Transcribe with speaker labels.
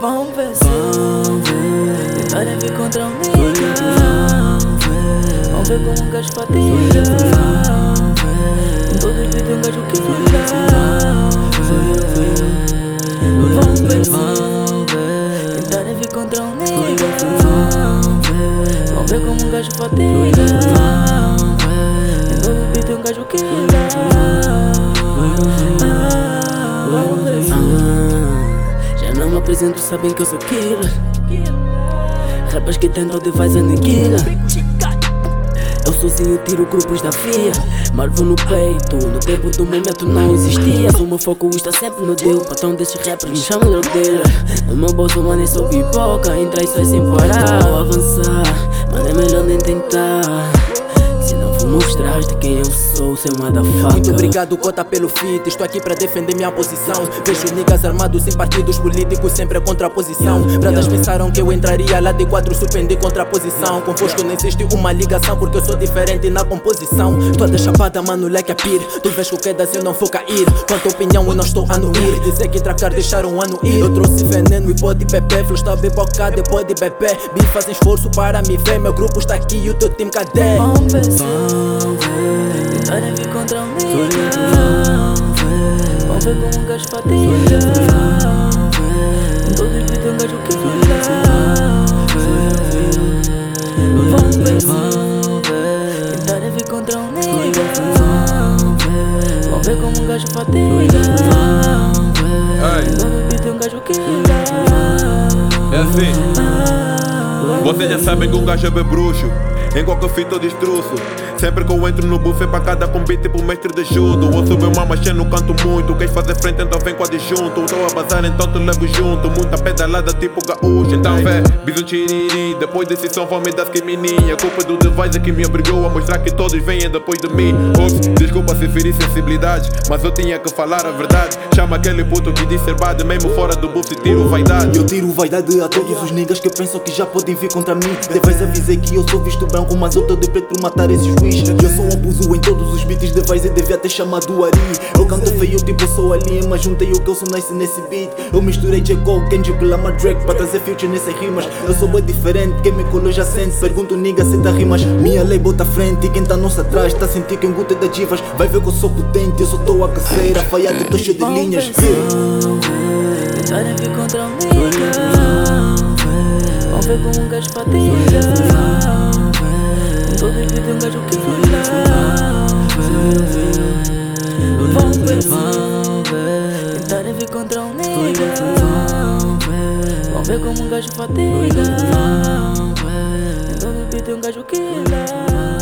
Speaker 1: vão ver se Tentaram vir contra mim Vão ver como um gajo fatiga Em todo vídeo um gajo que fica Vão ver se Tentaram vir contra um nigga Vão ver como um gajo fatiga Em todo vídeo um gajo que fica Vão ver ah, já não me apresento, sabem que eu sou killer. Rappers que tentam devais aniquila. Eu sozinho tiro grupos da via. Marvo no peito, no tempo do momento não existia. Sou meu foco, está sempre no deu. Patão desses rappers me chamam de rodeira. No meu bolso, mano, é só pipoca. Entra e sai sem parar. Vou avançar, mas é melhor nem tentar. Se não vou mostrar de quem eu sou, sem uma da faca.
Speaker 2: Muito obrigado, Cota, pelo fit. Estou aqui pra defender minha posição. Vejo niggas armados em partidos políticos, sempre a contraposição. Bradas pensaram que eu entraria lá de quatro, suspendi contraposição. Convosco não existe uma ligação, porque eu sou diferente na composição. Toda chapada, mano, leque a pir. Tu vês que o quedas eu não vou cair. Quanto opinião eu não estou a anuir. Dizer que tracar deixar um ano ir. Eu trouxe veneno e pode beber. Flow está bebocado e pode beber. Bi fazem esforço para me ver. Meu grupo está aqui e o teu time cadê?
Speaker 1: Vão ver se Tentaram vir contra um nigga Vão ver como um gajo fatiga Em todo vídeo um gajo que fica Vão ver se Tentaram vir contra um nigga Vão ver como um gajo fatiga Em todo vídeo um gajo que fica
Speaker 3: É assim. Vocês já sabem que um gajo é bem bruxo. Em qualquer fita eu destruço. Sempre que eu entro no buffet pra cada combi, tipo mestre de judo. Ouço meu mama cheio, não canto muito. Queres fazer frente, então vem com adjunto. Tô a bazar, então te levo junto. Muita pedalada, tipo gaúcho. Então vê, bis um tiriri. Depois desse som, vão me dar menininha. Culpa é do device que me obrigou a mostrar que todos venham depois de mim. Ops, desculpa se feri sensibilidades, mas eu tinha que falar a verdade. Chama aquele puto que disse herbade, mesmo fora do buff, se tiro vaidade.
Speaker 2: Eu tiro vaidade a todos os niggas que pensam que já podem vir contra mim. Devais avisei que eu sou visto branco, mas eu tô de preto por matar esses juiz. Eu sou um abuso em todos os beats, devais e devia ter chamado Ari. Eu canto feio, tipo sou ali, mas juntei o que eu sou nasce nesse beat. Eu misturei J. Cole, Kendrick Lamar, Drake pra trazer future nessas rimas. Eu sou bem diferente, quem me colou já sente. Pergunto nigga se tá rimas. Minha lei bota à frente e quem tá nossa atrás tá a sentir que é um guto da divas. Vai ver que eu sou potente, eu só tô a caceira, falhado, tô cheio de
Speaker 1: Vão
Speaker 2: linhas.
Speaker 1: ver. Tentaram vir contra um nigga Vão ver como um gajo fatiga Em todo vídeo um gajo que fica Vão ver Tentaram vir contra um nigga Vão ver como um gajo fatiga Em todo vídeo um gajo é um que fica